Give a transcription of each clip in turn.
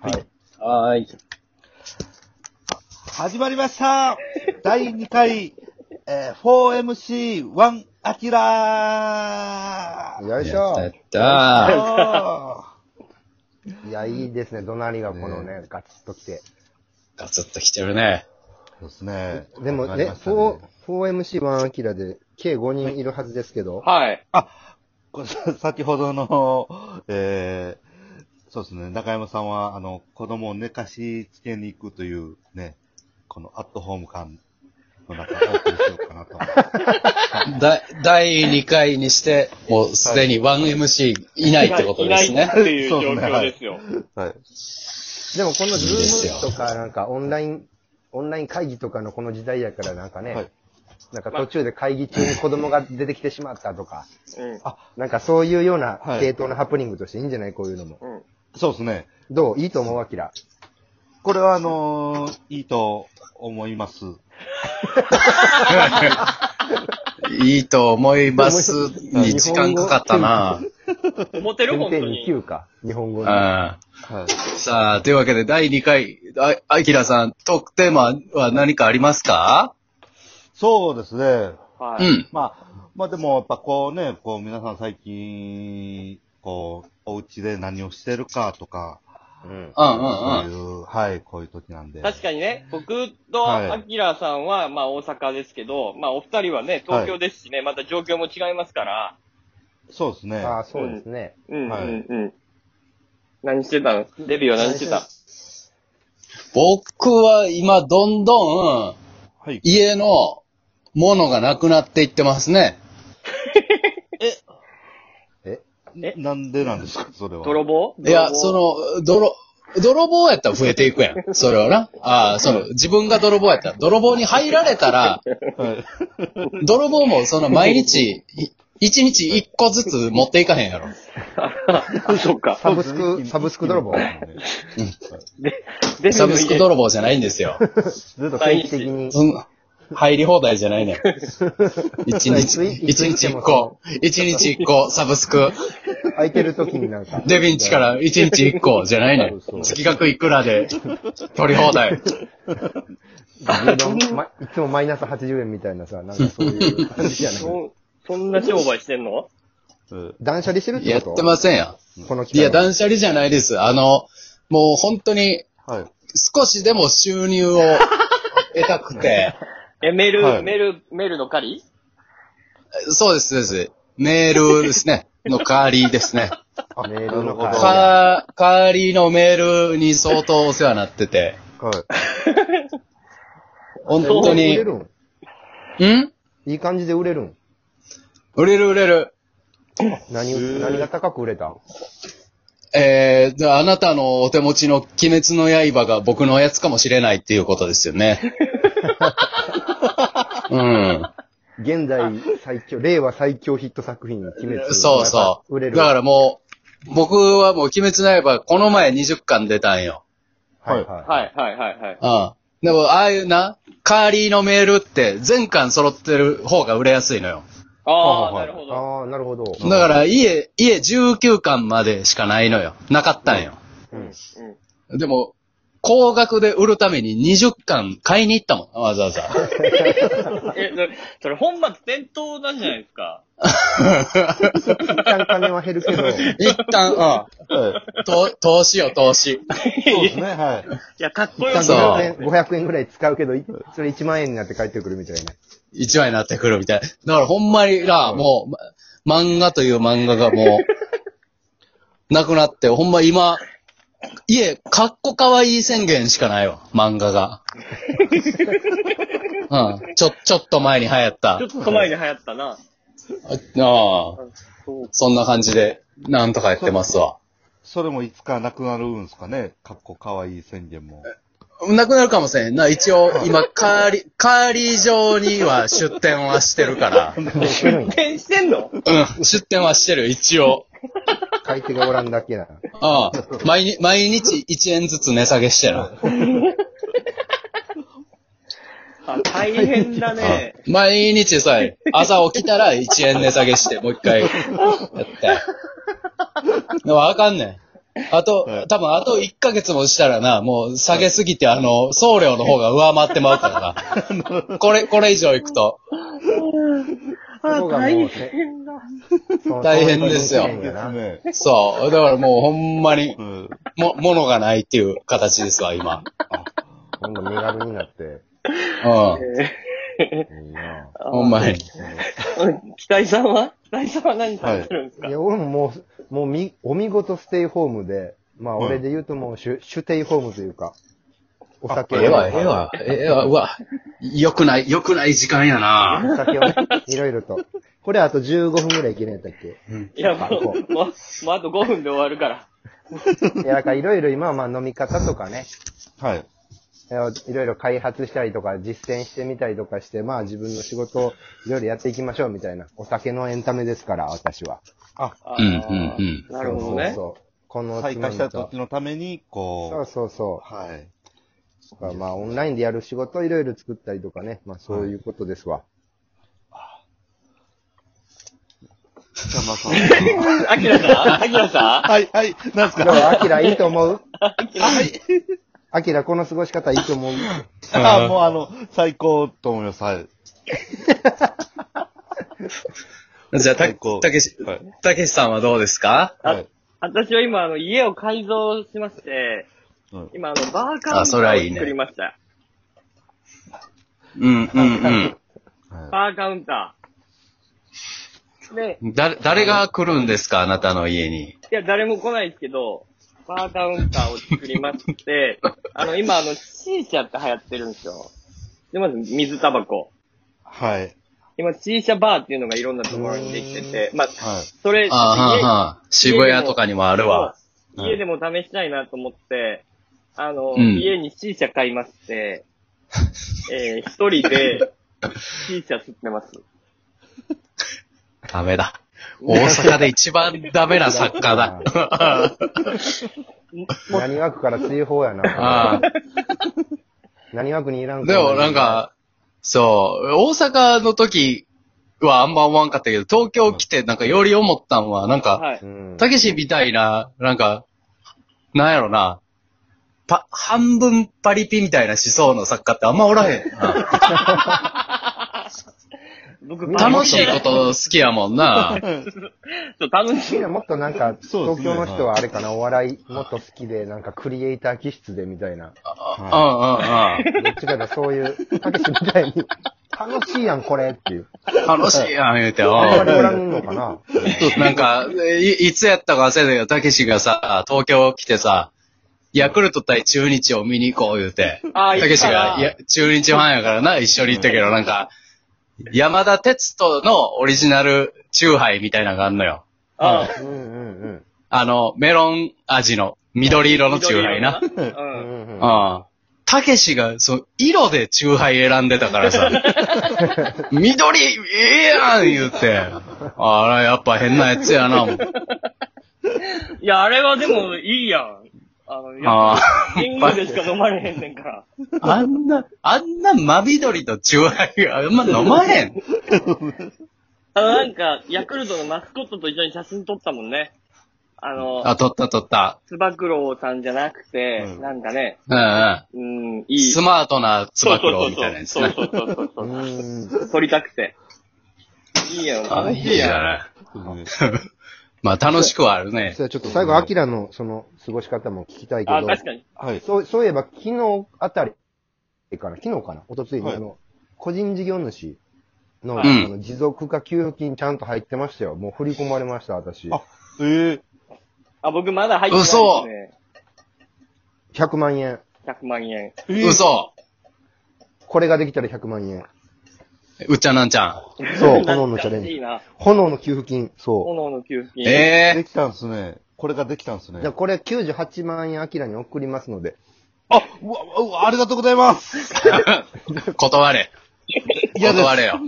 はい。はーい。始まりました第2回、えー、4MC1 アキラーよいしやったやょっ。たおーいや、いいですね。怒鳴りがこのね、ガツッときて。ガツッと来てるね。そうですね。でも始まりね、ましたね 4- 4MC1 アキラで、計5人いるはずですけど。はい。これさ先ほどの、えー、そうですね、中山さんは、あの、子供を寝かしつけに行くという、ね、このアットホーム感の中、お送りしようか なと。だ、第2回にして、もうすでに 1MC いないってことですいないねっ。ていう状況ですよ。はい。でもこのいですよ Zoom とか、なんかオンライン、オンライン会議とかのこの時代やからなんかね、はいなんか途中で会議中に子供が出てきてしまったとか、うん。なんかそういうようなはい系統のハプニングとしていいんじゃないこういうのも。うん。そうですね。どういいと思うアキラ。これは、あのーいいと思います。いいと思いますに時間かかったな。思ってる点本当々にに。 9か。日本語うの。はん。はい。さあ、というわけで第2回、あ、アキラさん、トークテーマは何かありますかそうですね。はうい。ん。まあ、まあでも、やっぱこうね、こう皆さん最近、こう、お家で何をしてるかとか、うんうんうんそううん。いう、はい、こういう時なんで。確かにね、僕はいとアキラさんは、まあ大阪ですけど、まあお二人はね、東京ですしね、また状況も違いますから。そうですね。ああ、そうですね。うん、うはいん、うん。何してたのデビューは何してた僕は今、どんどん、はい。家のものがなくなっていってますね。ええなんでなんですか、それは。泥棒いや、そ の、の、泥、泥棒やったら増えていくやん。それはな。ああ、その、自分が泥棒やったら、泥棒に入られたら、はい。泥棒もその毎日、い一日一個ずつ持っていかへんやろ。あそっか。サブスク、サブスク泥棒。デビューサのブスク家泥棒じゃないんですよ。ずっと定期的に。そん入り放題じゃないねん。一日、いつ一いつ日行って一も個、一日一個、サブスク。空いてる時になんか。 デビンチから一日一個じゃないねん。月額いくらで、取り放題。まいつもマイナス80円みたいなさ、なんかそういう感じじゃない。そそんな商売してんのうん断捨離してるってやっことてませんやこのん。い機や、会に。断捨離じゃないです。あの、もう本当に、はい。少しでも収入 を得たくて、え、メール、はいメール、メールの借りそうです、そうです。メールですね。の代わりですね。メールのなるほ会ど話か、代わりのメールに相当お世話になってて、はい。 本当売に、れんるんいい感じで売れるん売れる売れる。何を、何が高く売れたえー、じゃああなたのお手持ちの鬼滅の刃が僕のやつかもしれないっていうことですよ ね。うん。現在最強、令和最強ヒット作品、鬼滅。そうそう。売れる。、だかららもう、僕はもう鬼滅の刃、この前20巻出たんよ。はいははい、はい、はい、はい。うん。でも、ああいうな、代わりのメールって全巻揃ってる方が売れやすいのよ。ああ、はなはいいるほい。ど。ああ、なるほど。だから、家、家19巻までしかないのよ。なかったんよ。うん。うんでも、高額で売るために20巻買いに行ったもん、わざわざ。 え、それそれ本末転倒なんじゃないですか。一旦金は減 るけど、一旦、うはい。ん。と投資よ、投資。そうですね、はい。 いや、かっこ一よ旦さ。 500円、500円ぐらい使うけど、いそれ1万円になって帰ってくるみたいな。一枚になってくるみたい。だからほんまにな、もう、ま漫画という漫画がもう、 なくなって、ほんま今、家、かっこかわいい宣言しかないわ、漫画 が。うん、ちょ、ちょっと前に流行った。ちょっと前に流行ったな。ああ、そうそんな感じで、なんとかやってますわ。それもいつかなくなるんですかね。かっこかわいい宣言も。なくなるかもしれんな。一応、今、カーリ、カーリー場には出店はしてる から。 出店してんのうん、出店はしてる、一応。買い手がおらんだけな。ああ、毎日、毎日1円ずつ値下げしてな。あ、大変だね。毎日さ、朝起きたら1円値下げして、もう一回、やって。でもあかんねん。あと、はい多分あと1ヶ月もしたらな、もう下げすぎて、あの、送料の方が上回ってまうからな。これ、これ以上行くと。そあ、こがもう大変だ。そう大変ですよそういうことやなね。そう。だからもうほんまにう、ん。も、ものがないっていう形ですわ、今。どんどん身軽になって。うん。いいなぁほんまに。うん北井さんは北井さんは何されてるんですか、いや、俺ももう、もうみ、お見事ステイホームで、まあうん俺で言うともう、シュ、シュテイホームというか、お酒をええわ、ええわ、ええわ、うわ。良くない、良くない時間やなお酒を ね、いろいろと。これあと15分ぐらいいけないんだっけいや、あもこう、もう、もうあと5分で終わるから。いや、なんかいろいろ今はまあ飲み方とかね、はい。えーいろいろ開発したりとか、実践してみたりとかして、まあ自分の仕事をいろいろやっていきましょうみたいな。お酒のエンタメですから、私は。あうんーうんなるほどそね。うそうそう。この再つま開みしたと時。のために、そうこそうそうう、。はい。とか、まあ、オンラインでやる仕事をいろいろ作ったりとかね。まあ、そういうことですわ。北村さんはあきらさんあきらさはい、 はい、なんすどうかアキラいいと思うアキラこの過ごし方いいと思うあもうあの、最高と思います。はい。じゃあ、た、最高たけしはい、たけしさんはどうですかはい。ん私は今、あの、家を改造しまして、うん今、あの、バーカウンタあそれはいーいをね作りました。うん、うん、はバーカウンター。で、うん。だ、誰が来るんですかあなたの家に。いや、誰も来ないですけど、バーカウンターを作りまして、あの、今、あの、シーシャって流行ってるんですよ。で、まず、水タバコ。い。はい。今、シーシャバーっていうのがいろんなところにできてて、まあ、はい。それ、あーはんはん渋谷とかにもあるわ。そう家でも試したいなと思って、あの、うん家に C 社買いまして、えー、一人で C 社吸ってます。ダメだ。 大阪で一番ダメな作家だ。何枠から追放やな。 あ何枠にいらんあ子でもなん、か、そう、大阪の時はあんま思わんかったけど、東京来てなんかより思ったんは、なんか、はい。うん。たけしみたいな、なんか、なんやろな、パ、半分パリピみたいな思想の作家ってあんまおらへんな。僕、楽しいこと好きやもんな。と楽しみいんな。もっとなんか、そうで東すね京の人はあれかな、お笑いもっと好きで、なんかクリエイター気質でみたいな。うんうんうん。どっちかがそういう、たけしみたいに、楽しいやん、これっていう。楽しいやん、言うて。うんあんまりおらんのかな。なんか、いいつやったか忘れたけど、たけしがさ、東京来てさ、ヤクルト対中日を見に行こう言うて、あたーけし行ったがないや中日ファンやからな、一緒に行ったけど、なんか、山田哲人のオリジナルチューハイみたいなのがあんのよ。あうんうんあの、メロン味の、緑色のチューハイな。緑色うん。うなうんん。うんうん。うん。たけしが、その、色でチューハイ選んでたから さ、緑、ええやん言うて、あら、やっぱ変なやつやな、もう。いや、あれはでもいいやん。あの、やっああ。ぱ、リンゴでしか飲まれへんねんから。あんな、あんな真緑とチューハイ、あんま飲まへん。あの、なんか、ヤクルトのマスコットと一緒に写真撮ったもんね。あの、あ、取った取った。つば九郎さんじゃなくて、うんなんかね、うんうん。うん、いい。スマートなつば九郎みたいなやつそうな。そうそうそうそうう。ん撮りたくて。いいやん。あ、いいじゃない。そうですねまあ楽しくはあるねそ。れちょっと最後、アキラのその過ごし方も聞きたいけあ、確ど、かに。はい。そうそういえば昨日あたりかな、昨日かな、おとついにはいあの、個人事業主の,、うんあの持続化給付金ちゃんと入ってましたよ。もう振り込まれました、私。あえあ、僕まだ入ってないですね。 100万円。 100万円。えー。嘘。これができたら100万円。うっちゃんなんちゃん。そう、な炎んのかチャレンいいジ。な。炎の給付金、そ炎の給付金。でええきたんすね。これができたんすう。ね。じゃあこれ98万円アキラに送りますので。あ、うわ、うわありがとうございます。断れ。嫌です断れよ。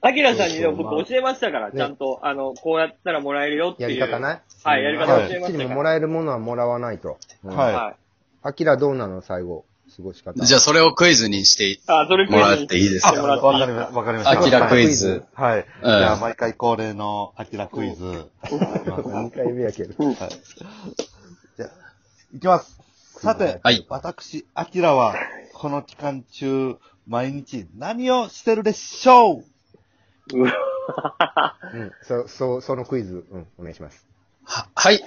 アキラさんにでもそうそうまあ僕教えましたから、ねちゃんと、あの、こうやったらもらえるよっていやう。り方ね。はい、やりだ方から教えこまっちしにたかももら。らえるものはもらわないと。はい。はアキラどうなの最後。過ごし方。じゃあそれをクイズにしてあ、それクもイらズっにていいですあ、かわかりました。わかりました。アキラクイズ。はい。じうんゃあ、毎回恒例のアキラクイズ。いきます 何回目やけど。はい。じゃあ、いきます。さて、はい私、アキラは、この期間中、毎日何をしてるでしょううわうん。そ、そ、そのクイズ、うん、お願いします。ははい。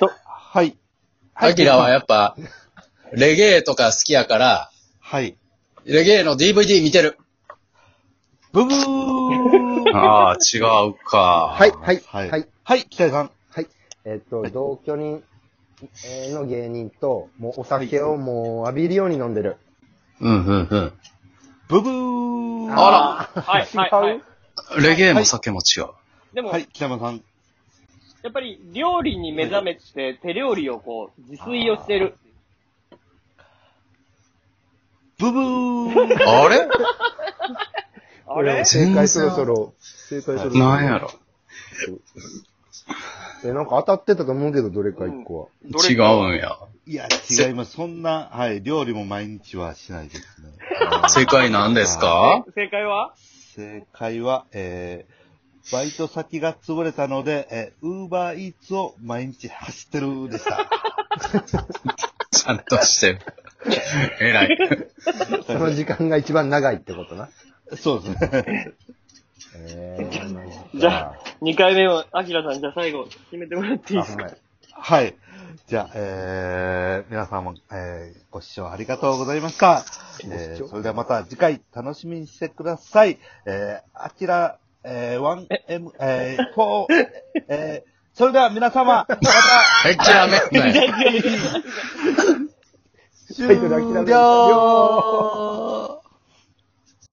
はい。アキラはやっっぱ、レゲエとか好きやから、はい。レゲエの DVD 見てる。ブブーああ、違うかはい、はい、ははいい。はい、北井さん。えっと、同居人えーの芸人と、もうお酒をもう浴びるように飲んでる。うんうんブブーあらはい、はい、はい。うん。レゲエも酒も違う。でも、はい、北山さん。やっぱり料理に目覚めて手料理をこう、自炊をしてる。ブブーあれあれ正解そろそろ。正解そろそろ。なんやろ。え、なんか当たってたと思うけど、どれか一個は。どれ違うんや。いや、違います。そんな、はい、料理も毎日はしないですね。正解なんですかえ正解は正解は、えー、バイト先が潰れたので、えー、ウーバーイーツを毎日走ってるでした。 ちゃんとしてる。 偉い。その時間が一番長いってことな。そうですね。えー、マジか じゃあ、2回目は、アキラさん、じゃあ最後、決めてもらっていいあですほんかまやはい。じゃあ、えー、皆さんも、えー、ご視聴ありがとうございました。えー、それではまた次回楽しみにしてください。えー、あちら、えー、1M、えー、4、えー、それでは皆様、また、めっちゃめんなよ。終了